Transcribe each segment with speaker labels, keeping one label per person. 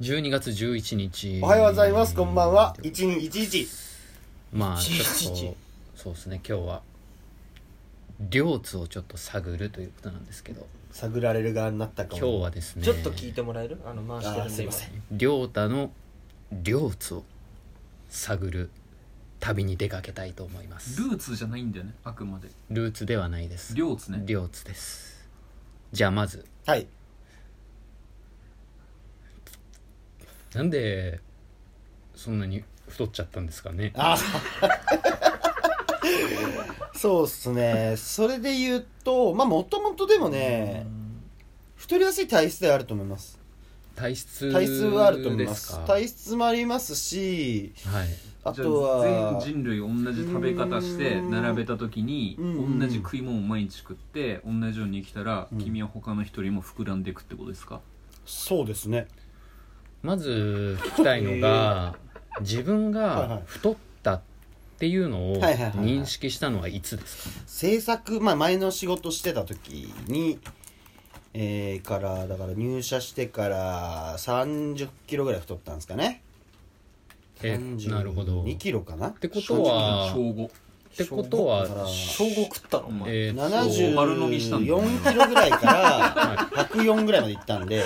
Speaker 1: 12月11日
Speaker 2: おはようございますこんばんは1211
Speaker 1: まあちょっ
Speaker 2: 11
Speaker 1: とそうですね今日は両津をちょっと探るということなんですけど
Speaker 2: 探られる側になったかも
Speaker 1: 今日はですね
Speaker 3: ちょっと聞いてもらえるあの回してるん
Speaker 2: あ
Speaker 3: です
Speaker 2: いません
Speaker 1: 両太の両津を探る旅に出かけたいと思います
Speaker 4: ルーツじゃないんだよねあくまで
Speaker 1: ルーツではないです
Speaker 4: 両津ね
Speaker 1: 両津ですじゃあまず
Speaker 2: はい
Speaker 1: なんでそんなに太っちゃったんですかね
Speaker 2: あそうっすねそれで言うとまあもともとでもね太りやすい体質ではあると思います
Speaker 1: 体質
Speaker 2: 体質はあると思いま
Speaker 1: ですか
Speaker 2: 体質もありますし
Speaker 1: はい
Speaker 2: あとは
Speaker 4: 全人類同じ食べ方して並べた時に
Speaker 2: うん
Speaker 4: 同じ食い物を毎日食って同じように生きたら
Speaker 2: うん
Speaker 4: 君は他の人よりも膨らんでいくってことですか
Speaker 2: そうですね
Speaker 1: まず聞きたいの が自分
Speaker 2: はいはい
Speaker 1: が太ったっていうのを
Speaker 2: はいはいはいはい
Speaker 1: 認識したのはいつですか
Speaker 2: 制作、まあ、前の仕事してた時に、えー、からだから入社してから3 0キロぐらい太ったんですかね
Speaker 1: えなるほど
Speaker 2: 2キロかな
Speaker 1: ってことは
Speaker 4: 小5
Speaker 1: ってこと
Speaker 2: 小五
Speaker 1: は
Speaker 2: か
Speaker 3: 小5食ったの
Speaker 4: お前
Speaker 1: えーっと
Speaker 2: 7
Speaker 4: 丸伸びしたんだよね
Speaker 2: 4キロぐらいから104ぐらいまでいったんで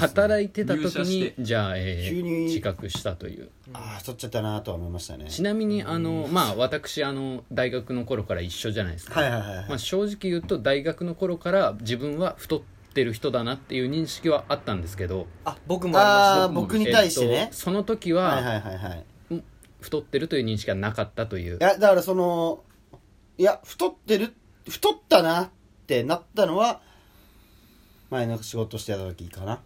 Speaker 1: 働いてた時
Speaker 4: 入社し
Speaker 1: に
Speaker 4: て
Speaker 1: じゃあ、えー
Speaker 2: 急に
Speaker 1: 自覚したという
Speaker 2: ああ太っちゃったなとは思いましたね
Speaker 1: ちなみにあのまあ私あの大学の頃から一緒じゃないですか、
Speaker 2: はいはいはいはい、
Speaker 1: まあ、正直言うと大学の頃から自分は太ってる人だなっていう認識はあったんですけど
Speaker 3: あ僕も
Speaker 2: ああ
Speaker 3: ありま
Speaker 2: 僕に対して
Speaker 1: えっ
Speaker 2: ね
Speaker 1: と、その時
Speaker 2: はいは
Speaker 1: はい
Speaker 2: はいはいい
Speaker 1: 太ってるという認識はなかったという
Speaker 2: やだからそのいや太ってる太ったなってなったのは前の仕事してた時かな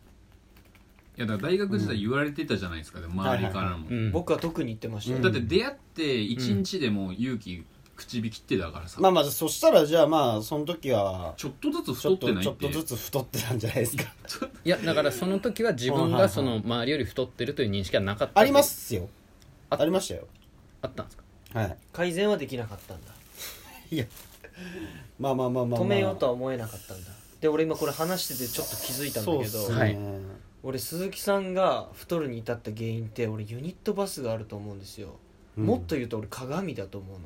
Speaker 2: い
Speaker 4: やだから大学時代言われてたじゃないですか、でも周りからも、
Speaker 1: うん
Speaker 3: した僕は特に言ってましたよ
Speaker 2: うん
Speaker 4: だって出会って1日でも勇気口火切ってだからさ、
Speaker 2: まあまあそしたらじゃあまあその時は
Speaker 4: ちょっとずつ
Speaker 2: ちょっ
Speaker 4: 太って
Speaker 2: と
Speaker 4: ない
Speaker 2: ちょ
Speaker 4: っ
Speaker 2: っと
Speaker 4: て
Speaker 2: ずつ太ってたんじゃないですか
Speaker 1: いやだからその時は自分がその周りより太ってるという認識はなかった
Speaker 2: ありますよ
Speaker 1: あ
Speaker 2: ありましたよ
Speaker 1: あったんですか
Speaker 2: はい
Speaker 3: 改善はできなかったんだ
Speaker 2: いやまあまあまあまあ、まあ、
Speaker 3: 止めようとは思えなかったんだで俺今これ話しててちょっと気づいたんだ
Speaker 2: そうっ
Speaker 3: けど
Speaker 2: す
Speaker 1: は
Speaker 2: ね
Speaker 1: い
Speaker 3: 俺鈴木さんが太るに至った原因って俺ユニットバスがあると思うんですよ、
Speaker 2: うん
Speaker 3: もっと言うと俺鏡だと思う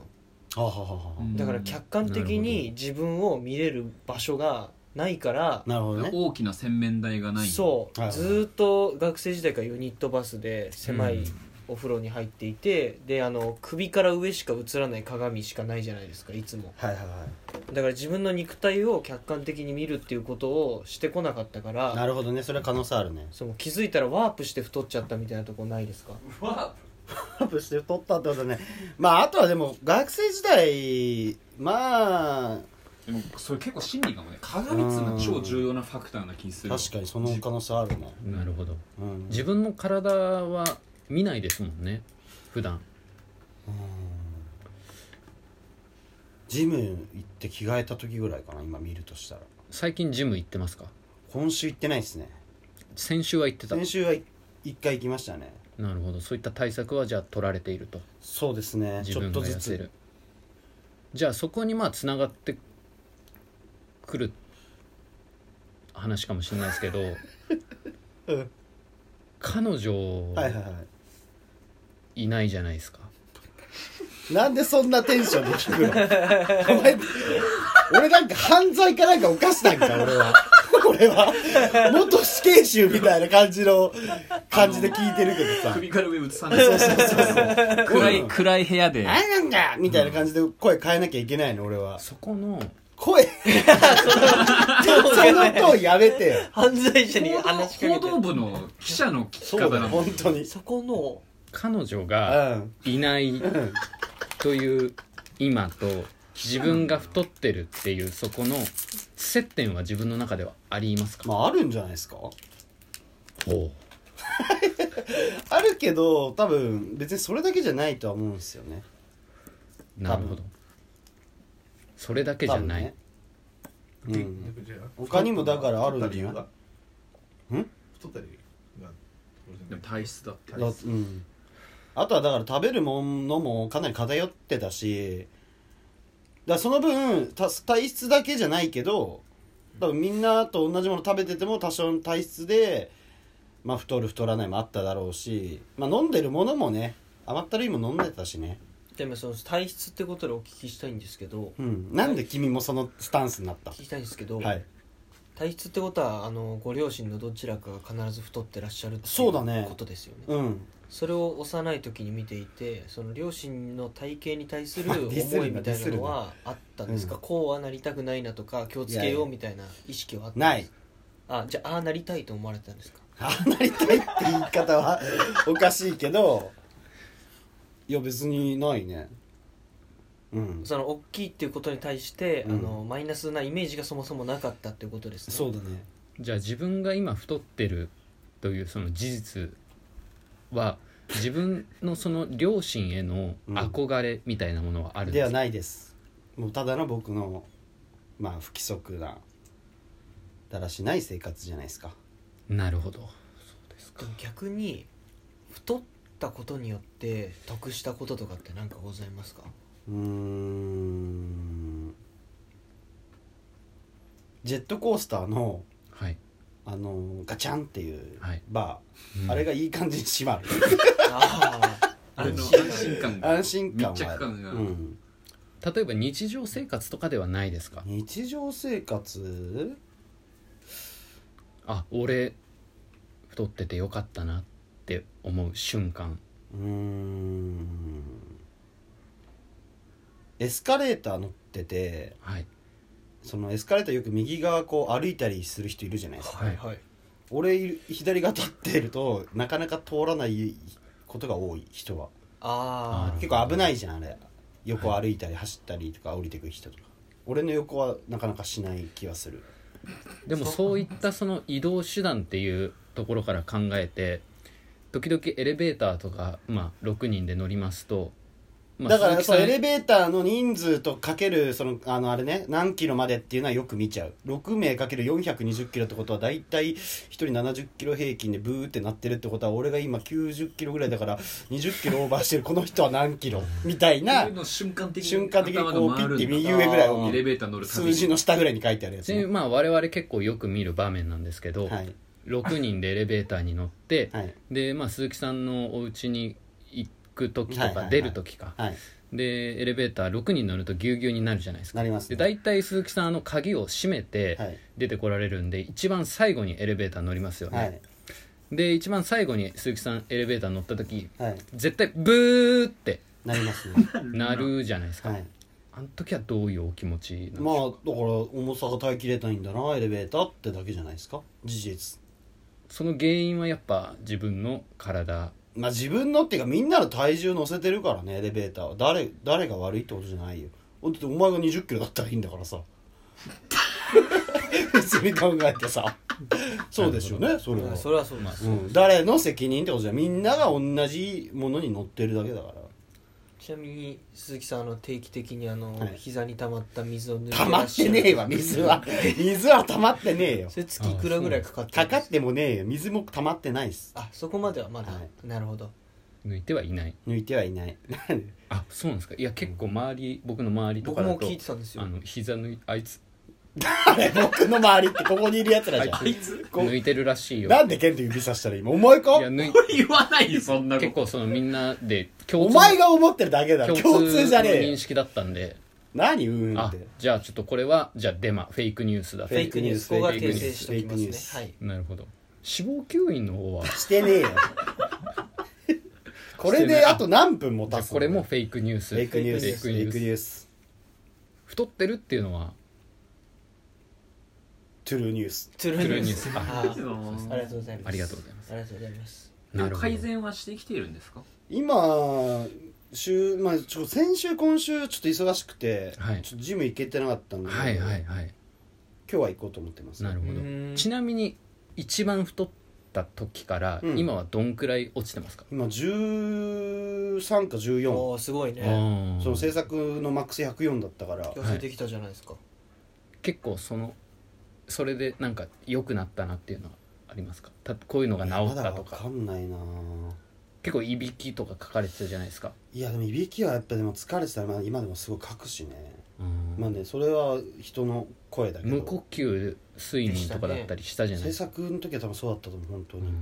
Speaker 3: の
Speaker 2: はははは
Speaker 4: うん
Speaker 3: だから客観的に自分を見れる場所がないから
Speaker 2: なるほどね
Speaker 4: 大きな洗面台がない
Speaker 3: そう、
Speaker 2: はいはい
Speaker 3: ずーっと学生時代からユニットバスで狭
Speaker 1: うん
Speaker 3: いお風呂に入っていて、であの首から上しか映らない鏡しかないじゃないですかいつも
Speaker 2: はいはいはい
Speaker 3: だから自分の肉体を客観的に見るっていうことをしてこなかったから
Speaker 2: なるほどねそれは可能性あ るね
Speaker 3: その気づいたらワープして太っちゃったみたいなとこないで すか
Speaker 2: アップして太ったってことねまああとはでも学生時代まあ
Speaker 4: でもそれ結構心理かもね鏡っていうのは超重要なファクターな気する
Speaker 2: 確かにその可能性あるね
Speaker 1: なるほど
Speaker 2: うん
Speaker 1: 自分の体は見ないですもんね普段
Speaker 2: ジム行って着替えた時ぐらいかな今見るとしたら
Speaker 1: 最近ジム行ってますか
Speaker 2: 今週行ってないですね
Speaker 1: 先週は行ってた
Speaker 2: 先週はい一回行きましたね
Speaker 1: なるほどそういった対策はじゃあ取られていると
Speaker 2: そうですね
Speaker 1: 自
Speaker 2: ちょっ
Speaker 1: 分が
Speaker 2: とず
Speaker 1: 痩せ
Speaker 2: つ
Speaker 1: るじゃあそこにまあつながってくる話かもしれないですけど、
Speaker 2: うん
Speaker 1: 彼女
Speaker 2: はいはいはい
Speaker 1: いないじゃないですか、
Speaker 2: なんでそんなテンションで聞くのお前俺なんか犯罪かなんか犯したんか俺は 俺は元死刑囚みたいな感じの感じで聞いてるけどさ
Speaker 4: 首から上映さないそうそうそう暗い暗い部屋で
Speaker 2: 何なんだみたいな感じで声変えなきゃいけないの俺は
Speaker 1: そこの
Speaker 2: 声 その音やめてよ
Speaker 3: 犯罪者に
Speaker 4: 報道
Speaker 3: 話しかけ
Speaker 4: 報
Speaker 3: て
Speaker 4: 道部の記者の聞き
Speaker 2: そ
Speaker 4: 方
Speaker 2: うだ
Speaker 4: な
Speaker 2: よ
Speaker 4: の
Speaker 2: 本当に
Speaker 3: そこの
Speaker 1: 彼女
Speaker 2: う
Speaker 1: が
Speaker 2: ん
Speaker 1: いない
Speaker 2: ん
Speaker 1: という今と自分が太ってるっていうそこの接点は自分の中ではありますか
Speaker 2: まああるんじゃないですか
Speaker 1: ほ
Speaker 2: あるけど多分別にそれだけじゃないとは思うんですよね
Speaker 1: うなるほどそれだけじゃない、
Speaker 2: 多分ねうん、他にもだからあるんじゃないん
Speaker 5: 太った理由が
Speaker 4: でも体質だって
Speaker 2: だうんあとはだから食べるものもかなり偏ってたしだからその分た体質だけじゃないけど多分みんなと同じもの食べてても多少の体質でまあ、太る太らないもあっただろうし、まあ、飲んでるものもね甘ったるいも飲んでたしね、
Speaker 3: でもその体質ってことでお聞きしたいんですけど
Speaker 2: うん、なんで君もそのスタンスになった
Speaker 3: 聞きたいんですけど、
Speaker 2: はい
Speaker 3: 体質ってことはあのご両親のどちらかが必ず太ってらっしゃるってい
Speaker 2: そうだね
Speaker 3: ことですよね
Speaker 2: うん
Speaker 3: それを幼い時に見ていてその両親の体型に対する
Speaker 2: まあディスるな
Speaker 3: 思いみたいなのはあったんですか、
Speaker 2: うん
Speaker 3: こうはなりたくないなとか気をつけようみたいな意識はあったんですか
Speaker 2: ない
Speaker 3: あじゃあああなりたいと思われてたんですか
Speaker 2: ああなりたいって言い方はおかしいけどいや別にないねうん
Speaker 3: その大きいっていうことに対して、
Speaker 2: うん
Speaker 3: あのマイナスなイメージがそもそもなかったっていうことですね
Speaker 2: そうだね
Speaker 1: じゃあ自分が今太ってるというその事実は自分のその両親への憧れみたいなものはあるんで
Speaker 2: ですは
Speaker 1: か、
Speaker 2: ないですもうただの僕のまあ不規則なだらしない生活じゃないですか
Speaker 1: なるほどそうです
Speaker 3: で
Speaker 1: か
Speaker 3: も逆に太ったことによって得したこととかって何かございま すか
Speaker 2: うーんジェットコースターの
Speaker 1: はい、
Speaker 2: あのガチャンっていう
Speaker 1: はい
Speaker 2: バー、
Speaker 1: うん
Speaker 2: あれがいい感じに閉まる
Speaker 3: ああ
Speaker 4: あの安心感が
Speaker 2: 安心感はある
Speaker 4: 密着感が
Speaker 2: うん、
Speaker 1: 例えば日常生活とかではないですか
Speaker 2: 日常生活
Speaker 1: あ俺太っててよかったなって思う瞬間
Speaker 2: うーんエスカレーター乗ってて
Speaker 1: はい
Speaker 2: そのエスカレーターよく右側こう歩いたりする人いるじゃないですか
Speaker 1: はい
Speaker 3: はい
Speaker 2: 俺いる左側立ってるとなかなか通らないことが多い人は
Speaker 3: あ
Speaker 1: あ
Speaker 2: 結構危ないじゃんあれ横歩いたり走ったりとか降りてく人とか、俺の横はなかなかしない気がする
Speaker 1: でもそういったその移動手段っていうところから考えて時々エレベーターとか、まあ、6人で乗りますと、まあ、
Speaker 2: だから
Speaker 1: 鈴
Speaker 2: そう
Speaker 1: 木さ
Speaker 2: エ
Speaker 1: ん
Speaker 2: レベーターの人数とかけるそのあのあれね何キロまでっていうのはよく見ちゃう6名かける420キロってことは大体1人70キロ平均でブーってなってるってことは俺が今90キロぐらいだから20キロオーバーしてるこの人は何キ ロみたい
Speaker 4: そ
Speaker 2: な
Speaker 4: ういうの瞬間的に
Speaker 2: 瞬間的にこう
Speaker 4: 頭が回るんだ
Speaker 2: ピッて右上ぐらいを
Speaker 4: エレベーター乗るたび
Speaker 2: 数
Speaker 4: に
Speaker 2: 字の下ぐらいに書いてあるやつ
Speaker 1: ちなみ
Speaker 2: ね、
Speaker 1: にまあ我々結構よく見る場面なんですけど、
Speaker 2: はい
Speaker 1: 6人でエレベーターに乗って、
Speaker 2: はい
Speaker 1: で、まあ、鈴木さんのお家に行く時
Speaker 2: は
Speaker 1: と
Speaker 2: いはいは
Speaker 1: か
Speaker 2: い
Speaker 1: 出る時か、
Speaker 2: はい
Speaker 1: でエレベーター6人乗るとぎゅうぎゅうになるじゃないですか
Speaker 2: なりますね
Speaker 1: で大体鈴木さんあの鍵を閉め
Speaker 2: は
Speaker 1: て
Speaker 2: い
Speaker 1: 出てこられるんで、一番最後にエレベーター乗りますよね、
Speaker 2: はい
Speaker 1: で一番最後に鈴木さんエレベーター乗った時
Speaker 2: はい
Speaker 1: 絶対ブーって
Speaker 2: なりま すね
Speaker 1: なるじゃないですか、
Speaker 2: はい
Speaker 1: あの時はどういうお気持ちなんですか、
Speaker 2: まあだから重さが耐えきれないんだなエレベーターってだけじゃないですか事実
Speaker 1: その原因はやっぱ自分の体
Speaker 2: まあ自分のっていうかみんなの体重乗せてるからねエレベーターは誰誰が悪いってことじゃないよだってお前が2 0キロだったらいいんだからさ 普通に考えてさそうでしょうねそれは、
Speaker 3: それはそうです、
Speaker 2: うん、誰の責任ってことじゃないみんなが同じものに乗ってるだけだから
Speaker 3: ちなみに鈴木さんあの定期的にあの、
Speaker 2: はい
Speaker 3: 膝に溜まった水を抜いて
Speaker 2: 溜まってねえわ水は水は溜まってねえよ
Speaker 3: それ月いくらぐらいかかってる
Speaker 2: か
Speaker 3: ん
Speaker 2: か
Speaker 3: で
Speaker 2: っ
Speaker 3: す
Speaker 2: てもねえよ水も溜まってないっす
Speaker 3: あそこまではまだ、
Speaker 2: はい
Speaker 3: なるほど
Speaker 1: 抜いてはいない
Speaker 2: 抜いてはいない
Speaker 1: あそうなんですかいや結構周り、僕の周りと
Speaker 3: 僕
Speaker 1: かだと
Speaker 3: も聞いてたんですよ
Speaker 1: あの膝抜いあいつ
Speaker 2: あれ僕の周りってここにいるやつらじゃん
Speaker 4: あいつ
Speaker 2: こう
Speaker 1: 抜いてるらしいよ
Speaker 2: なんでケント指さしたら今お前か
Speaker 1: いや抜い
Speaker 4: 言わないよそんなこ
Speaker 1: 結
Speaker 4: と
Speaker 1: 構そのみんなで共
Speaker 2: お
Speaker 1: 通
Speaker 2: 前が思ってるだけだろ
Speaker 1: 共通
Speaker 2: 共通じゃ
Speaker 1: の
Speaker 2: ねえ
Speaker 1: 認
Speaker 2: よ
Speaker 1: 識だったんで
Speaker 2: 何うんっ
Speaker 1: あ
Speaker 2: て
Speaker 1: じゃあちょっとこれはじゃあデマフェイクニュースだ
Speaker 2: フ
Speaker 3: フ
Speaker 2: ェ
Speaker 3: ェ
Speaker 2: イ
Speaker 3: イ
Speaker 2: ク
Speaker 3: ク
Speaker 2: ニ
Speaker 3: ニ
Speaker 2: ュー
Speaker 3: ュー
Speaker 2: ス
Speaker 3: スここが訂
Speaker 2: フェイクニュー
Speaker 3: 正
Speaker 2: ス
Speaker 3: し
Speaker 2: フ
Speaker 3: ておきますねは
Speaker 2: ェイ
Speaker 3: い
Speaker 1: なるほど死亡吸引の方は
Speaker 2: してね えよこれであと何分も
Speaker 1: じゃあ
Speaker 2: 経つの
Speaker 1: これもフェイクニュース
Speaker 2: フェイクニュース
Speaker 1: フェ
Speaker 2: フ
Speaker 1: イク
Speaker 2: ェイ
Speaker 1: ニュー
Speaker 2: ク
Speaker 1: ス
Speaker 2: ニュース
Speaker 1: 太ってるっていうのは
Speaker 2: トゥルーニュース
Speaker 3: トゥル
Speaker 1: トゥル
Speaker 3: ー
Speaker 1: ー
Speaker 3: ニ
Speaker 1: ニ
Speaker 3: ュ
Speaker 1: ュ
Speaker 3: ー
Speaker 1: ー
Speaker 3: ス
Speaker 1: ス
Speaker 3: あ
Speaker 4: そうです
Speaker 3: ーありがとうございます
Speaker 1: ありがとうございます
Speaker 3: ありがとうございます
Speaker 1: なるほど
Speaker 4: 改善はしてきているんですか
Speaker 2: 今週、まあ、ちょ先週今週ちょっと忙しくて、
Speaker 1: はい
Speaker 2: ちょっとジム行けてなかったんで、
Speaker 1: はいはい
Speaker 2: 今
Speaker 1: はい
Speaker 2: 日は行こうと思ってます
Speaker 1: なるほ
Speaker 3: う
Speaker 1: ど
Speaker 3: ーん
Speaker 1: ちなみに一番太った時から
Speaker 2: うん
Speaker 1: 今はどんくらい落ちてますか、
Speaker 2: 今13か14
Speaker 3: おーすごい
Speaker 1: あ
Speaker 3: ね
Speaker 1: ー
Speaker 2: その制作のマックス104だったから
Speaker 3: 痩せてきたじゃないですか、
Speaker 1: 結構そのそれでなんか良くなったなっていうのはありますかたこういうのが治
Speaker 2: ま
Speaker 1: っ
Speaker 2: だ
Speaker 1: たと
Speaker 2: わ
Speaker 1: か
Speaker 2: かんないな
Speaker 1: 結構いびきとか書かれてたじゃないですか
Speaker 2: いやでもいびきはやっぱでも疲れてたらまあ今でもすごい書くしね、
Speaker 1: うん
Speaker 2: まあねそれは人の声だけど
Speaker 1: 無呼吸睡眠とかだったりしたじゃない
Speaker 2: 制
Speaker 1: ですか、
Speaker 2: 作の時は多分そうだったと思う本当
Speaker 1: う
Speaker 2: に、
Speaker 1: ん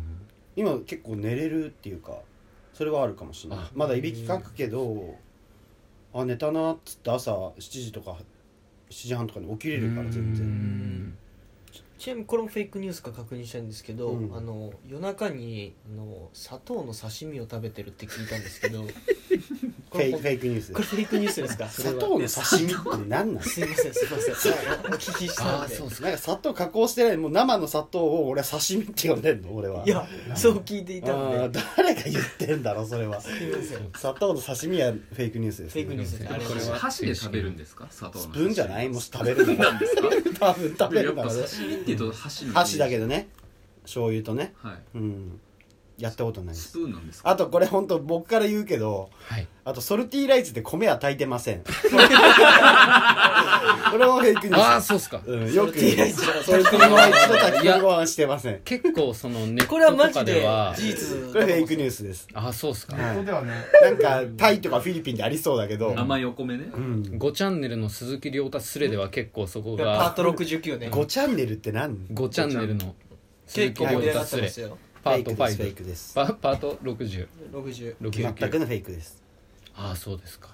Speaker 2: 今結構寝れるっていうかそれはあるかもしれない
Speaker 1: あ
Speaker 2: まだいびきかくけどあ寝たなっつって朝7時とか7時半とかに起きれるから全
Speaker 1: う
Speaker 2: 然
Speaker 1: ん
Speaker 3: ちなみにこれもフェイクニュースか確認したいんですけど、
Speaker 2: うん
Speaker 3: あの夜中にあの砂糖の刺身を食べてるって聞いたんですけど
Speaker 2: フ
Speaker 3: こ
Speaker 2: ェ
Speaker 3: れ
Speaker 2: イクフェイクニュース
Speaker 3: これフェイクニュースですか
Speaker 2: 砂糖の刺身って何なん
Speaker 3: すいませんすいませんお聞きした
Speaker 1: あ
Speaker 3: ん
Speaker 1: あ
Speaker 3: で
Speaker 1: そうですか
Speaker 2: なんか砂糖加工してないもう生の砂糖を俺は刺身って呼んでんの俺はい
Speaker 3: やそう聞いてい
Speaker 2: あ
Speaker 3: たん
Speaker 2: ー
Speaker 3: で
Speaker 2: 誰が言ってんだろうそれは
Speaker 3: すいません
Speaker 2: 砂糖の刺身はフェイクニュースです、ね、
Speaker 3: フェイクニュースですあれ
Speaker 1: これは
Speaker 4: 箸で食べるんですか砂糖の
Speaker 2: スプーンじゃないも
Speaker 4: し
Speaker 2: し食べるなら
Speaker 4: なんですか
Speaker 2: 多分食べ
Speaker 4: や
Speaker 2: る
Speaker 4: っ
Speaker 2: な
Speaker 4: ぱ
Speaker 2: らね
Speaker 4: 刺身って言うと箸の
Speaker 2: 箸だけ
Speaker 4: ど
Speaker 2: どね醤油とね
Speaker 4: はい
Speaker 2: うんやったことないです
Speaker 4: スプーンなんですか
Speaker 2: あとこれ本当僕から言うけど
Speaker 1: はい
Speaker 2: あとソルティーライスで米は炊いてませ んこれもフェイクニュ
Speaker 1: あ
Speaker 2: ー
Speaker 1: あ
Speaker 2: ス
Speaker 1: そうっすか
Speaker 2: うん、よく
Speaker 3: ソルティーライスじゃな
Speaker 2: ソルティーライスと炊き込みご飯してません
Speaker 1: 結構そのネッ
Speaker 3: これは
Speaker 1: ト
Speaker 3: マ
Speaker 1: とか
Speaker 3: ジ
Speaker 1: で
Speaker 3: で
Speaker 1: は
Speaker 3: 事実
Speaker 2: これフェイクニュ
Speaker 3: ー
Speaker 2: ースです
Speaker 1: ああそうっすか、
Speaker 2: はい
Speaker 5: 本当ではね
Speaker 2: なんかタイとかフィリピンでありそうだけど
Speaker 4: 甘いお米ね
Speaker 2: うん
Speaker 1: 5チャンネルの鈴木亮太スレでは結構そこ
Speaker 3: パー
Speaker 1: が
Speaker 3: ト69ね
Speaker 2: 5チャンネルって何
Speaker 1: 5チャンネルの鈴
Speaker 3: 結
Speaker 1: 木亮
Speaker 3: 構盛り上が
Speaker 1: 太ス
Speaker 3: ってま
Speaker 1: レ
Speaker 3: すよ
Speaker 1: パ
Speaker 2: フェイ
Speaker 1: ー
Speaker 2: ク
Speaker 1: ト
Speaker 2: ですフェイ
Speaker 1: 5
Speaker 2: クです
Speaker 1: パパート60
Speaker 3: 60
Speaker 1: 69
Speaker 2: 全くのフェイクです
Speaker 1: ああそうですか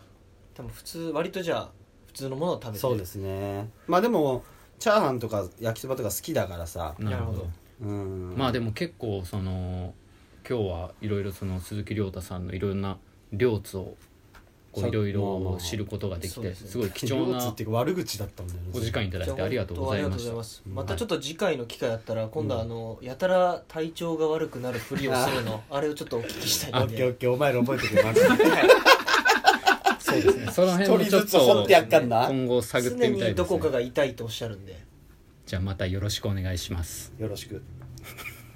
Speaker 3: 多分普通割とじゃあ普通のものを食べてる
Speaker 2: そうですねまあでもチャーハンとか焼きそばとか好きだからさ
Speaker 1: なるほ
Speaker 3: なる
Speaker 1: ど
Speaker 3: ほ
Speaker 2: うん
Speaker 1: まあでも結構その今日はいろいろその鈴木亮太さんのいろんな両津をこ
Speaker 2: そうう
Speaker 1: いろい
Speaker 2: まあま
Speaker 1: ろ
Speaker 2: あ
Speaker 1: 知ることができ
Speaker 3: そうで
Speaker 1: て
Speaker 3: すね
Speaker 1: すごい貴重
Speaker 2: 両津
Speaker 1: な
Speaker 2: っていうか悪口だったんだよね
Speaker 1: お時間いただいてありがとうございました
Speaker 3: すまたちょっと次回の機会あったら今度はあのやたら体調が悪くなるふりをす るのあれをちょっとお聞きしたい
Speaker 2: オ
Speaker 3: の
Speaker 2: ッケーオッ
Speaker 3: で
Speaker 2: ケーお前ら覚えててます
Speaker 1: そうですねその辺
Speaker 2: 一
Speaker 1: も
Speaker 2: 人
Speaker 1: ちょっ
Speaker 2: ずつ掘ってやっ
Speaker 1: と
Speaker 2: かんなよ
Speaker 1: 今後探って
Speaker 3: 常
Speaker 1: みたい
Speaker 3: に
Speaker 1: で
Speaker 3: ど
Speaker 1: すね
Speaker 3: こかが痛いとおっしゃるんで
Speaker 1: じゃあまたよろしくお願いします
Speaker 2: ろしく